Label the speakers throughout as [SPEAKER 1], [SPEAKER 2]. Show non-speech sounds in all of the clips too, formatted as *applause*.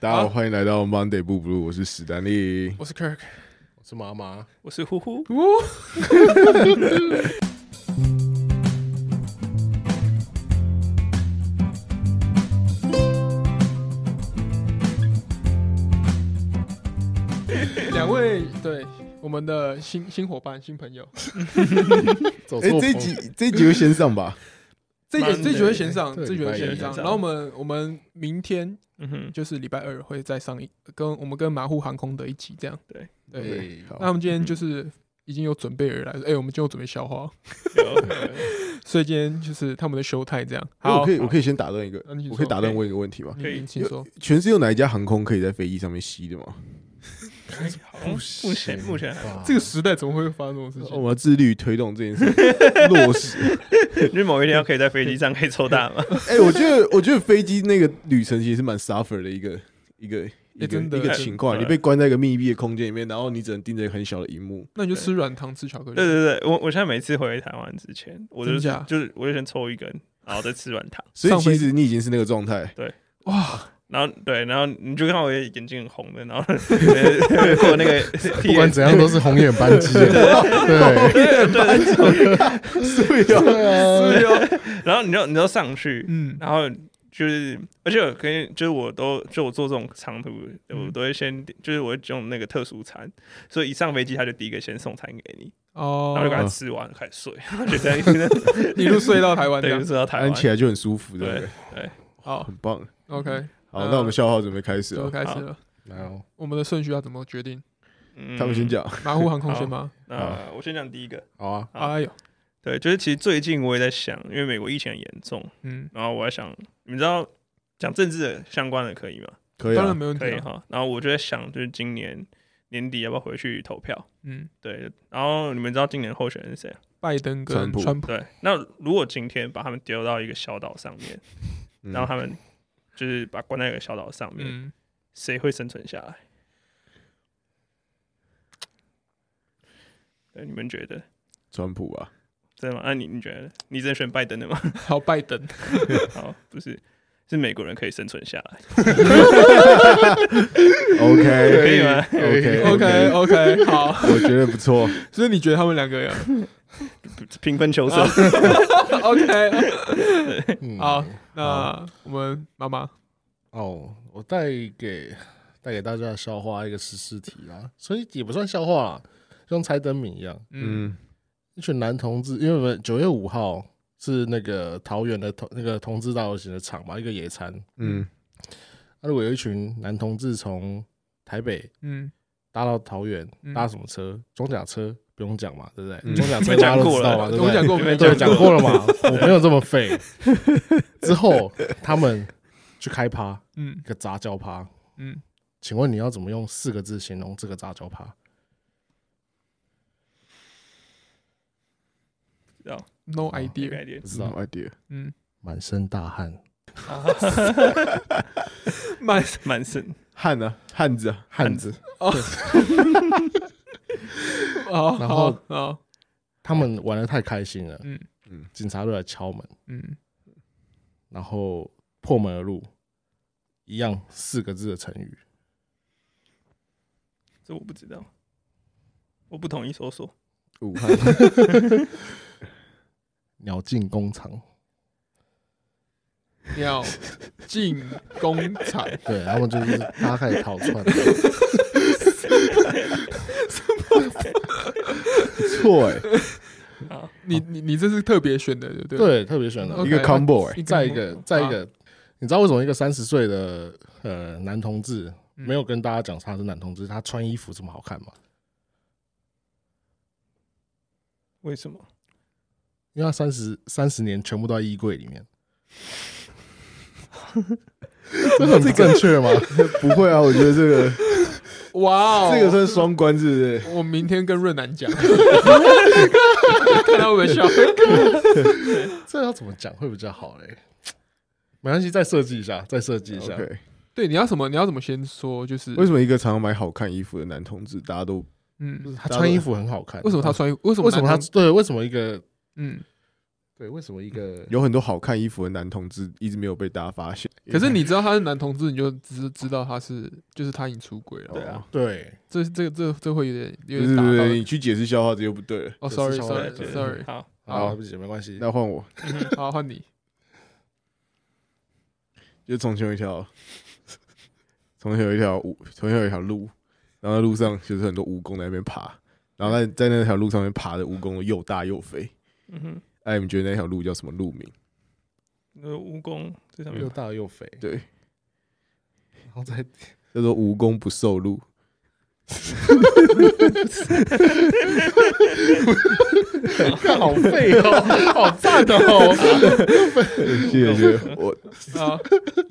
[SPEAKER 1] 大家好，欢迎来到 Monday 不 blue，我是史丹利。
[SPEAKER 2] 我是 Kirk，我是啊妈妈，
[SPEAKER 3] 哎
[SPEAKER 4] 我是呼呼，
[SPEAKER 2] *laughs* 两位对我们的新新伙伴、新朋友，走
[SPEAKER 1] 哎、这一集这一集会先上吧？
[SPEAKER 2] 这一集
[SPEAKER 4] Monday，
[SPEAKER 2] 这一集会先上，
[SPEAKER 1] 对
[SPEAKER 2] 这一集会先上。
[SPEAKER 4] 礼拜一
[SPEAKER 2] 然后我们我们明天
[SPEAKER 4] 嗯哼，
[SPEAKER 2] 就是礼拜二会再上一跟我们跟马户航空的一集这样。
[SPEAKER 4] 对
[SPEAKER 2] *laughs* 对，那
[SPEAKER 1] 好
[SPEAKER 2] 他，们今天就是已经有准备而来，哎，我们今天有准备消化，
[SPEAKER 4] 有
[SPEAKER 2] 所以今天就是他们的休态这样。
[SPEAKER 1] 我
[SPEAKER 2] 好
[SPEAKER 1] 可，以我可以先打断一个
[SPEAKER 2] 那你，请
[SPEAKER 1] 我可以
[SPEAKER 2] 说
[SPEAKER 1] 打断问一个问题吗？
[SPEAKER 4] 可以
[SPEAKER 2] 你请说。
[SPEAKER 1] 全世界有哪一家航空可以在飞机上面吸的吗？
[SPEAKER 4] 好目前目前还
[SPEAKER 2] 这个时代怎么会发生这种事
[SPEAKER 1] 哦我
[SPEAKER 2] 情？
[SPEAKER 1] 们要自律推动这
[SPEAKER 2] *laughs*
[SPEAKER 1] 件事落实。
[SPEAKER 4] 因为某一天要可以在飞机上可以抽大麻，
[SPEAKER 1] 哎、我觉得我觉得飞机那个旅程其实是蛮 suffer 的一个一个。一个
[SPEAKER 2] 真的
[SPEAKER 1] 一个情况，
[SPEAKER 4] 哎
[SPEAKER 1] 你被关在一个密闭的空间里面，然后你只能盯着一个很小的荧幕。
[SPEAKER 2] 那你就吃软糖，吃巧克
[SPEAKER 4] 对
[SPEAKER 2] 力。
[SPEAKER 4] 对对，我我现在每次回台湾之前，我就
[SPEAKER 2] 真假
[SPEAKER 4] 就是我就先抽一根，然后再吃软糖，
[SPEAKER 1] 所以
[SPEAKER 2] 上飞
[SPEAKER 1] 其
[SPEAKER 2] 机
[SPEAKER 1] 实你已经是那个状态。
[SPEAKER 2] 哇，
[SPEAKER 4] 然后对，然后你就看我眼睛很红的，然后呃过那个
[SPEAKER 3] 不管怎样都是红眼班机，
[SPEAKER 4] *laughs*
[SPEAKER 3] 对
[SPEAKER 1] 对啊，
[SPEAKER 3] 对啊，
[SPEAKER 1] *laughs*
[SPEAKER 4] 然后你就你就上去，
[SPEAKER 2] 哦嗯，
[SPEAKER 4] 然后就是，而且我跟就是我都就我做这种长途，我都会先就是我会用那个特殊餐，所以一上飞机他就第一个先送餐给你，
[SPEAKER 2] 哦
[SPEAKER 4] 然后，就赶快吃完开始睡，然后就这样一直在
[SPEAKER 2] 一路睡到台湾这
[SPEAKER 4] 对，
[SPEAKER 2] 样
[SPEAKER 4] 就。是到台湾
[SPEAKER 1] 安起来就很舒服，对不对
[SPEAKER 4] 对？对，
[SPEAKER 2] 好
[SPEAKER 1] 很棒。
[SPEAKER 2] ，OK，
[SPEAKER 1] 好，
[SPEAKER 2] 呃
[SPEAKER 1] 那我们笑话准备开始
[SPEAKER 2] 就
[SPEAKER 1] 了。
[SPEAKER 2] 开始
[SPEAKER 4] 好
[SPEAKER 2] 了。
[SPEAKER 3] 然后
[SPEAKER 2] 我们的顺序要怎么决定？
[SPEAKER 4] 嗯
[SPEAKER 1] 他们先。讲，
[SPEAKER 2] 马虎航空先吗？
[SPEAKER 4] 啊，我先讲第一个，
[SPEAKER 3] 好啊，
[SPEAKER 4] 好
[SPEAKER 2] 哎呦，
[SPEAKER 4] 对，就是其实最近我也在想，因为美国疫情很严重，
[SPEAKER 2] 嗯，
[SPEAKER 4] 然后我在想，你知道讲政治的相关的可以吗？
[SPEAKER 1] 可以
[SPEAKER 2] 当
[SPEAKER 1] 啊
[SPEAKER 2] 然。没问题
[SPEAKER 4] 可以
[SPEAKER 2] 啊。
[SPEAKER 4] 哈。然后我就在想，就是今年年底要不要回去投票？
[SPEAKER 2] 嗯，
[SPEAKER 4] 对，然后你们知道今年候选人是谁？啊
[SPEAKER 2] 拜登跟
[SPEAKER 1] 川普
[SPEAKER 2] 川普，
[SPEAKER 4] 对，那如果今天把他们丢到一个小岛上面，
[SPEAKER 1] 嗯
[SPEAKER 4] 让他们就是把关在一个小岛上面，
[SPEAKER 2] 嗯， *laughs*
[SPEAKER 4] 谁、会生存下来？对，你们觉得
[SPEAKER 1] 川普啊吧，
[SPEAKER 4] 真的吗？那、啊你你觉得你真的选拜登
[SPEAKER 2] *laughs*
[SPEAKER 4] 的吗？
[SPEAKER 2] 好，拜登，
[SPEAKER 4] 好，不是，是美国人可以生存下来，可 *laughs*
[SPEAKER 1] OK
[SPEAKER 4] 以吗？
[SPEAKER 1] OK
[SPEAKER 2] OK OK，好，
[SPEAKER 1] 我觉得不错。
[SPEAKER 2] 所以你觉得他们两
[SPEAKER 1] *laughs*
[SPEAKER 2] 个有
[SPEAKER 4] 平分秋色。
[SPEAKER 2] 啊 OK？
[SPEAKER 4] *laughs*
[SPEAKER 3] 嗯
[SPEAKER 2] 好，那我们妈妈，
[SPEAKER 3] 哦，我带给带给大家的笑话一个十四题啦，所以也不算笑话啦，像猜灯谜一样。
[SPEAKER 2] 嗯，
[SPEAKER 1] 嗯，
[SPEAKER 3] 一群男同志，因为我们九月五号是那个桃园的同那个同志大游行的场嘛，一个野餐。啊
[SPEAKER 1] 嗯，
[SPEAKER 3] 那如果有一群男同志从台北
[SPEAKER 2] 嗯，
[SPEAKER 3] 搭到桃园
[SPEAKER 2] 嗯，
[SPEAKER 3] 搭什么车？装甲车不用讲嘛，对不
[SPEAKER 1] 嗯
[SPEAKER 3] 对？装甲车
[SPEAKER 4] 我
[SPEAKER 3] 大家
[SPEAKER 4] 讲
[SPEAKER 3] 都
[SPEAKER 4] 过
[SPEAKER 3] 知道
[SPEAKER 4] 了
[SPEAKER 3] 嘛，对
[SPEAKER 2] 我
[SPEAKER 3] 不
[SPEAKER 2] 们
[SPEAKER 3] 对
[SPEAKER 2] 讲？过，我
[SPEAKER 3] *laughs*
[SPEAKER 2] 们讲
[SPEAKER 3] 对，讲过了嘛，我没有这么废。之后他们去开趴，
[SPEAKER 2] 嗯
[SPEAKER 3] 一个杂交趴。
[SPEAKER 2] 嗯，
[SPEAKER 3] 请问你要怎么用四个字形容这个杂交趴？
[SPEAKER 4] 知道
[SPEAKER 2] ，No
[SPEAKER 4] 第一个
[SPEAKER 2] idea，
[SPEAKER 4] idea
[SPEAKER 3] 不知
[SPEAKER 1] 知道
[SPEAKER 3] 道，
[SPEAKER 1] idea。
[SPEAKER 2] 嗯，
[SPEAKER 3] 满身大汗，
[SPEAKER 2] 慢，
[SPEAKER 4] *laughs* 蛮深，
[SPEAKER 1] 汉啊，汉子啊，
[SPEAKER 3] 汉子。
[SPEAKER 2] 好，
[SPEAKER 3] 然
[SPEAKER 2] 好
[SPEAKER 3] 后，
[SPEAKER 2] 好，
[SPEAKER 3] 他们玩的太开心了，
[SPEAKER 2] 嗯
[SPEAKER 3] 警察就来敲门，
[SPEAKER 2] 嗯，
[SPEAKER 3] 然后破门而入，一样四个字的成语。
[SPEAKER 4] 这我不知道，我不同意搜索。
[SPEAKER 1] 武哦汉
[SPEAKER 3] 鸟尽弓藏，
[SPEAKER 2] 要进工厂，
[SPEAKER 3] 对他们就是大概
[SPEAKER 2] *laughs*
[SPEAKER 3] 始逃窜，
[SPEAKER 1] 不错哎，
[SPEAKER 4] 好，
[SPEAKER 2] 你你你这是特别选的，对不对？
[SPEAKER 3] 对，特别选的
[SPEAKER 2] OK，
[SPEAKER 1] 一个 combo 哎，
[SPEAKER 2] 一
[SPEAKER 3] 再一个，再一，个，你知道为什么一个三十岁的呃男同志
[SPEAKER 2] 嗯
[SPEAKER 3] 没有跟大家讲他是男同志，他穿衣服这么好看吗？
[SPEAKER 4] 为什么？
[SPEAKER 3] 因为他三十三十年全部都在衣柜里 *laughs* 面，这很不正确吗？
[SPEAKER 1] 不会啊，我觉得这个
[SPEAKER 2] 哇哦，
[SPEAKER 1] 这个算双关，是不是？
[SPEAKER 2] 我明天跟润南讲，看他会不会笑。 *laughs*
[SPEAKER 3] 这要怎么讲会比较好嘞？没关系，再设计一下，再设计一下。
[SPEAKER 1] OK，
[SPEAKER 2] 对，你要什么？你要怎么先说？就是
[SPEAKER 1] 为什么一个常常买好看衣服的男同志，大家都
[SPEAKER 2] 嗯，
[SPEAKER 3] 他穿衣服很好看，
[SPEAKER 2] 为什么他穿衣服？为什么
[SPEAKER 3] 为什么他
[SPEAKER 2] 男同
[SPEAKER 3] 对？为什么一个
[SPEAKER 2] 嗯
[SPEAKER 3] 对，为什么一个
[SPEAKER 1] 有很多好看衣服的男同志一直没有被大家发现。
[SPEAKER 2] 可是你知道他是男同志，你就知知道他是就是他已经出轨了。
[SPEAKER 4] 对啊，
[SPEAKER 3] 对
[SPEAKER 2] 这这个这这会有点有
[SPEAKER 1] 不
[SPEAKER 2] 点
[SPEAKER 1] 哦是
[SPEAKER 2] 打
[SPEAKER 1] 不
[SPEAKER 2] 到
[SPEAKER 1] 是，
[SPEAKER 2] 人。
[SPEAKER 1] 你去解释笑话这就不对了。
[SPEAKER 2] 哦
[SPEAKER 3] 这是
[SPEAKER 2] ，sorry
[SPEAKER 3] 小
[SPEAKER 4] 对
[SPEAKER 2] sorry
[SPEAKER 3] 孩
[SPEAKER 4] 对
[SPEAKER 2] sorry，嗯
[SPEAKER 4] 好，
[SPEAKER 3] 好，对不起，没关系。
[SPEAKER 1] 那换我，
[SPEAKER 2] 好换你。
[SPEAKER 1] 就从前有一条， *laughs* 从前有一条蜈，从前有一条路，然后在路上就是很多蜈蚣在那边爬，然后在在那条路上面爬的蜈蚣又大又肥。
[SPEAKER 4] 嗯哼，
[SPEAKER 1] 哎，你们觉得那条路叫什么路名？
[SPEAKER 4] 那个蜈蚣这上面
[SPEAKER 3] 又大又肥， *laughs*
[SPEAKER 1] 对，
[SPEAKER 3] 然后再
[SPEAKER 1] 叫做蜈蚣不受路。
[SPEAKER 3] 看好废 *laughs* 哦，
[SPEAKER 2] *laughs*
[SPEAKER 3] 好赞
[SPEAKER 4] *laughs*
[SPEAKER 3] 哦，
[SPEAKER 1] 谢谢谢谢。我
[SPEAKER 2] 啊，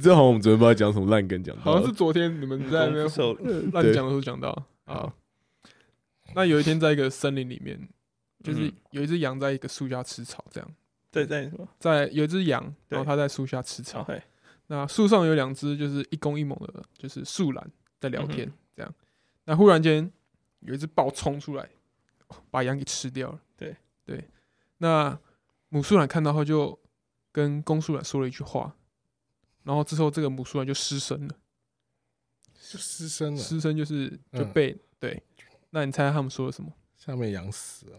[SPEAKER 1] 这好像我们昨天不知道讲什么烂梗讲到
[SPEAKER 2] 好像是
[SPEAKER 1] 了，
[SPEAKER 2] 昨天你们在那边
[SPEAKER 4] 蜈蚣不受路
[SPEAKER 2] 乱
[SPEAKER 1] 对
[SPEAKER 2] 讲的时候讲到啊。那有一天在一个森林里面，就是
[SPEAKER 4] 嗯
[SPEAKER 2] 有一只羊在一个树下吃草，这样
[SPEAKER 4] 对在什么？
[SPEAKER 2] 在有一只羊，然后
[SPEAKER 4] 对
[SPEAKER 2] 它在树下吃草
[SPEAKER 4] 好，，嘿
[SPEAKER 2] 那树上有两只就是一公一母的，就是树懒在聊天
[SPEAKER 4] 嗯，
[SPEAKER 2] 这样。那忽然间有一只豹冲出来，哦把羊给吃掉了。
[SPEAKER 4] 对
[SPEAKER 2] 对，那母树懒看到后就跟公树懒说了一句话，然后之后这个母树懒就失声了，
[SPEAKER 3] 就失身了，
[SPEAKER 2] 失声就是
[SPEAKER 3] 嗯
[SPEAKER 2] 就被、对。那你猜他们说了什么？
[SPEAKER 3] 下面养死了，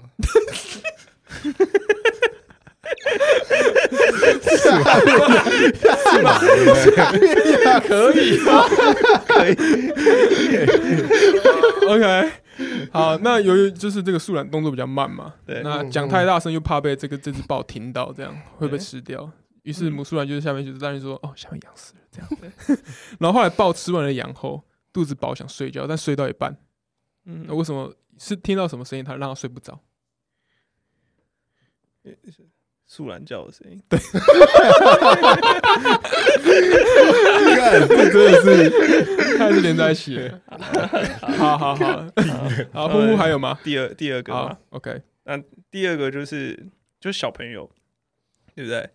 [SPEAKER 2] 可以，可以。OK，好，那由于就是这个树懒动作比较慢嘛，
[SPEAKER 4] 对
[SPEAKER 2] 那讲太大声又怕被这个这只豹听到，这样会被吃
[SPEAKER 1] 嗯
[SPEAKER 2] 掉。于是母树懒就是下面就是当然说，哦，下面羊死了这样。 *laughs* 然后后来豹吃完了羊后，肚子饱想睡觉，但睡到一半，
[SPEAKER 4] 嗯
[SPEAKER 2] 那，为什么是听到什么声音，它让它睡不着？
[SPEAKER 4] 树懒叫的声音，
[SPEAKER 1] 干这真
[SPEAKER 2] *laughs*
[SPEAKER 1] 的是
[SPEAKER 2] 它还是连在一起
[SPEAKER 1] *laughs*
[SPEAKER 2] 的。好好好，好，呼呼还有吗？
[SPEAKER 4] 第二第二个嘛
[SPEAKER 2] 好，OK，
[SPEAKER 4] 第二个就是就是小朋友，对不对？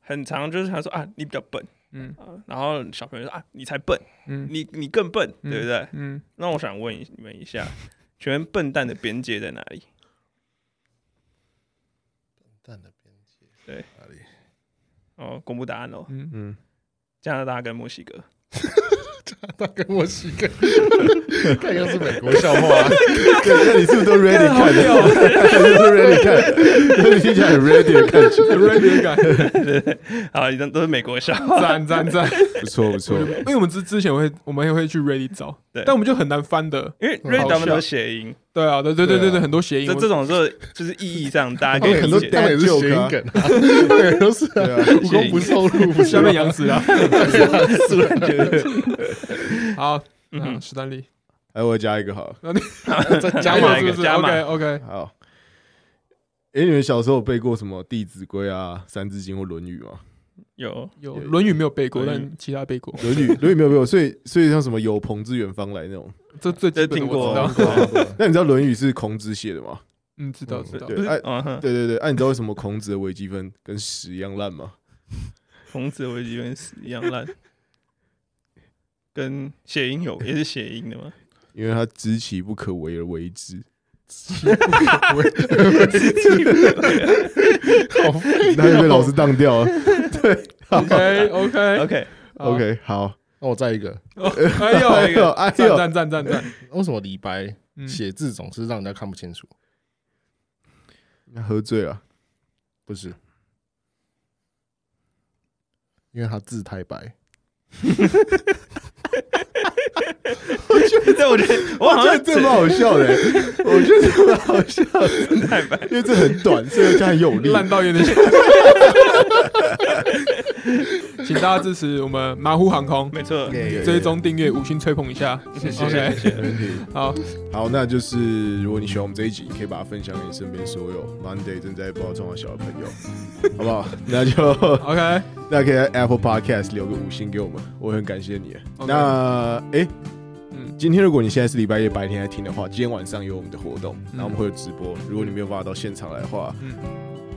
[SPEAKER 4] 很常就是他说啊，你比较笨
[SPEAKER 2] 嗯
[SPEAKER 4] 啊，然后小朋友说啊，你才笨，
[SPEAKER 2] 嗯
[SPEAKER 4] 你你更笨，
[SPEAKER 2] 嗯
[SPEAKER 4] 对不对？
[SPEAKER 2] 嗯，
[SPEAKER 4] 那我想问一你们一下，请问笨蛋的边界在哪里？
[SPEAKER 3] 蛋的边界，
[SPEAKER 4] 对，
[SPEAKER 3] 哪里？
[SPEAKER 4] 哦，公布答案喽， *laughs*
[SPEAKER 2] 嗯，
[SPEAKER 1] 嗯，
[SPEAKER 4] 加拿大跟墨西哥。
[SPEAKER 3] 他跟我是一
[SPEAKER 1] *laughs*
[SPEAKER 3] 个，看又是美国笑话，
[SPEAKER 1] 对，那你是不是都 ready 看的？你是不是 ready 看 *laughs* 的？你听起来很 ready 的感觉，
[SPEAKER 2] 有 ready 感，
[SPEAKER 4] 好，你都都是美国笑话，
[SPEAKER 2] 赞赞赞！
[SPEAKER 1] *laughs* 不错不错。
[SPEAKER 2] 因为我们之之前会，我们也会去 Ready 找，
[SPEAKER 4] 对
[SPEAKER 2] 但我们就很难翻的。
[SPEAKER 4] 因为
[SPEAKER 3] 嗯
[SPEAKER 4] Ray 他们
[SPEAKER 2] 好
[SPEAKER 4] 都
[SPEAKER 2] 笑
[SPEAKER 4] 谐音，
[SPEAKER 2] 对啊，对对对对
[SPEAKER 3] 对
[SPEAKER 2] 对，
[SPEAKER 3] 啊
[SPEAKER 2] 很多谐音
[SPEAKER 4] 这。
[SPEAKER 2] 我 *laughs*
[SPEAKER 4] 这种就是就是意义上大家可
[SPEAKER 1] 哎
[SPEAKER 4] 以
[SPEAKER 1] 很
[SPEAKER 4] 理
[SPEAKER 1] 多
[SPEAKER 4] 解。
[SPEAKER 3] 当然也是谐音梗啊，对，都是
[SPEAKER 1] 对
[SPEAKER 3] 啊，
[SPEAKER 1] 啊，
[SPEAKER 3] 武功不受禄，不
[SPEAKER 2] 下
[SPEAKER 3] 受
[SPEAKER 2] 面
[SPEAKER 3] 禄，
[SPEAKER 2] 养死
[SPEAKER 4] *laughs*
[SPEAKER 2] 了。
[SPEAKER 4] 突然觉得，
[SPEAKER 2] 好，嗯，
[SPEAKER 4] 嗯哼，
[SPEAKER 2] 史丹利
[SPEAKER 1] 来哎我加一个好了。
[SPEAKER 3] 再
[SPEAKER 4] *laughs* 加
[SPEAKER 3] 加
[SPEAKER 4] 码
[SPEAKER 3] 码
[SPEAKER 2] 是不是
[SPEAKER 4] 加码
[SPEAKER 2] ？OK OK，
[SPEAKER 1] 好，哎，你们小时候有背过什么《弟子规》啊、《三字经》或《论语》吗？
[SPEAKER 4] 有
[SPEAKER 2] 有《论语》没有背过，
[SPEAKER 4] 论语
[SPEAKER 2] 但其他背过
[SPEAKER 1] 《。论语》《论语》没有背过，所以所以像什么“有朋自远方来”那种。
[SPEAKER 2] 这最基本
[SPEAKER 4] 这
[SPEAKER 2] 的
[SPEAKER 4] 听过
[SPEAKER 2] 我知道，
[SPEAKER 1] 那你知道《论语》是孔子写的吗？
[SPEAKER 2] 嗯，知道知道
[SPEAKER 4] 不。
[SPEAKER 1] 对
[SPEAKER 4] 是
[SPEAKER 1] 哎
[SPEAKER 4] 嗯哼，
[SPEAKER 1] 对对对，哎、你知道为什么孔子的微积分跟屎一样烂吗？
[SPEAKER 4] 孔子微积分是一样烂，跟谐音有也是谐音的吗？
[SPEAKER 1] 因为他知其不可为而为之，
[SPEAKER 3] 好废
[SPEAKER 1] 他就被
[SPEAKER 3] *laughs*
[SPEAKER 1] 老师当掉了。
[SPEAKER 2] OK
[SPEAKER 4] *laughs*
[SPEAKER 2] OK
[SPEAKER 4] 嗯 OK，
[SPEAKER 1] OK，好，
[SPEAKER 3] 哦那我再一个，
[SPEAKER 2] 哎呦哎
[SPEAKER 1] 哎呦
[SPEAKER 4] *laughs*
[SPEAKER 2] 呦，
[SPEAKER 1] 哎
[SPEAKER 2] 赞
[SPEAKER 1] 呦，
[SPEAKER 2] 赞赞赞赞！
[SPEAKER 3] 为什么李白
[SPEAKER 2] 嗯
[SPEAKER 3] 写字总是让人家看不清楚？
[SPEAKER 1] 喝醉了，
[SPEAKER 3] 不是，因为他字太白。
[SPEAKER 4] 这我觉得我好
[SPEAKER 1] 这
[SPEAKER 4] 像
[SPEAKER 1] 这蛮好笑的、欸我觉得这蛮好笑的，
[SPEAKER 4] *laughs* 太白，
[SPEAKER 1] 因为这很短，所以它很有力。
[SPEAKER 2] 烂到
[SPEAKER 4] *laughs*
[SPEAKER 2] 有点像。请大家支持我们马虎航
[SPEAKER 4] *laughs*
[SPEAKER 2] 空，
[SPEAKER 4] 没错，
[SPEAKER 2] 追踪订阅，五星吹捧一下。
[SPEAKER 4] 谢谢
[SPEAKER 2] OK，
[SPEAKER 4] 谢谢，
[SPEAKER 1] 没问题。
[SPEAKER 2] 好，
[SPEAKER 1] 好，那就是如果你喜欢我们这一集，你可以把它分享给身边所有 Monday 正在包装的小的朋友，好不
[SPEAKER 2] *laughs*
[SPEAKER 1] 好？那就
[SPEAKER 2] OK，
[SPEAKER 1] 那可以在 Apple Podcast 留个五星给我们，我很感谢你。
[SPEAKER 2] OK
[SPEAKER 1] 那哎、诶
[SPEAKER 2] 嗯
[SPEAKER 1] 今天如果你现在是礼拜一白天在听的话，今天晚上有我们的活动，然后我们会有直播。如果你没有办法到现场来的话，
[SPEAKER 2] 嗯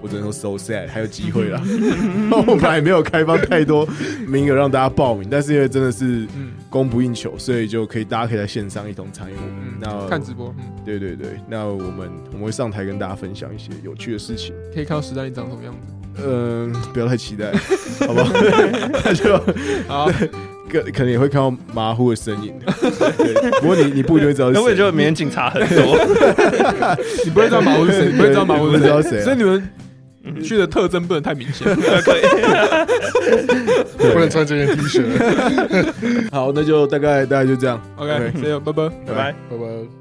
[SPEAKER 1] 我只能说 so sad，还有机会
[SPEAKER 2] *laughs*
[SPEAKER 1] 啦。 *laughs* 我本来没有开放太多名额让大家报名，但是因为真的是
[SPEAKER 2] 嗯
[SPEAKER 1] 供不应求，所以就可以大家可以在线上一同参与我们。那
[SPEAKER 2] 嗯，看直播，嗯，
[SPEAKER 1] 对对对，那我们我们会上台跟大家分享一些有趣的事情。
[SPEAKER 2] 可以看到史丹利长什么样子。
[SPEAKER 1] 嗯、不要太期
[SPEAKER 2] *laughs*
[SPEAKER 1] 待，好不好？那就
[SPEAKER 2] 好，
[SPEAKER 1] 可可能也会看到马虎的身
[SPEAKER 2] *laughs*
[SPEAKER 1] 影。对不过你你不一定会知道是
[SPEAKER 4] 那
[SPEAKER 1] 谁，
[SPEAKER 4] 我也觉得明天警察很多， *laughs*
[SPEAKER 2] 你不会知道马虎是谁，你不会知道马虎
[SPEAKER 1] 对 *laughs*
[SPEAKER 2] 是
[SPEAKER 1] 不知道谁
[SPEAKER 2] 谁，
[SPEAKER 1] 啊
[SPEAKER 2] 所以你们去的特征不能太明 *laughs* 显。
[SPEAKER 4] 可以。
[SPEAKER 1] 对
[SPEAKER 3] 不能穿这件 T 恤， *laughs*
[SPEAKER 1] 好，那就大概大概就这样。
[SPEAKER 2] OK，所以拜拜。
[SPEAKER 1] 拜拜
[SPEAKER 4] 拜拜。
[SPEAKER 3] 拜拜。